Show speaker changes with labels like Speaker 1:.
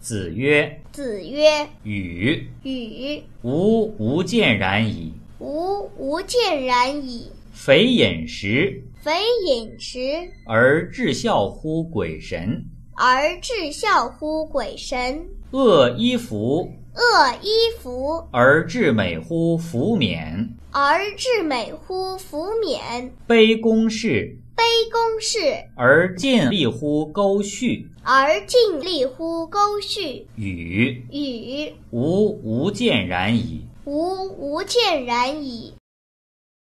Speaker 1: 子曰
Speaker 2: 子曰：“
Speaker 1: 与：“
Speaker 2: 与
Speaker 1: 吾无见然矣。
Speaker 2: 吾无见然矣，
Speaker 1: 匪饮食
Speaker 2: 匪饮食，
Speaker 1: 而致孝乎鬼神，
Speaker 2: 而致孝乎鬼神；
Speaker 1: 恶衣服
Speaker 2: 恶衣服，
Speaker 1: 而致美乎服冕。
Speaker 2: 而致美乎服冕；
Speaker 1: 卑躬事
Speaker 2: 卑躬事，
Speaker 1: 而尽力乎沟序。
Speaker 2: 而尽力乎沟序。
Speaker 1: 与
Speaker 2: 与
Speaker 1: 吾无见然矣。”
Speaker 2: 吾无见然矣，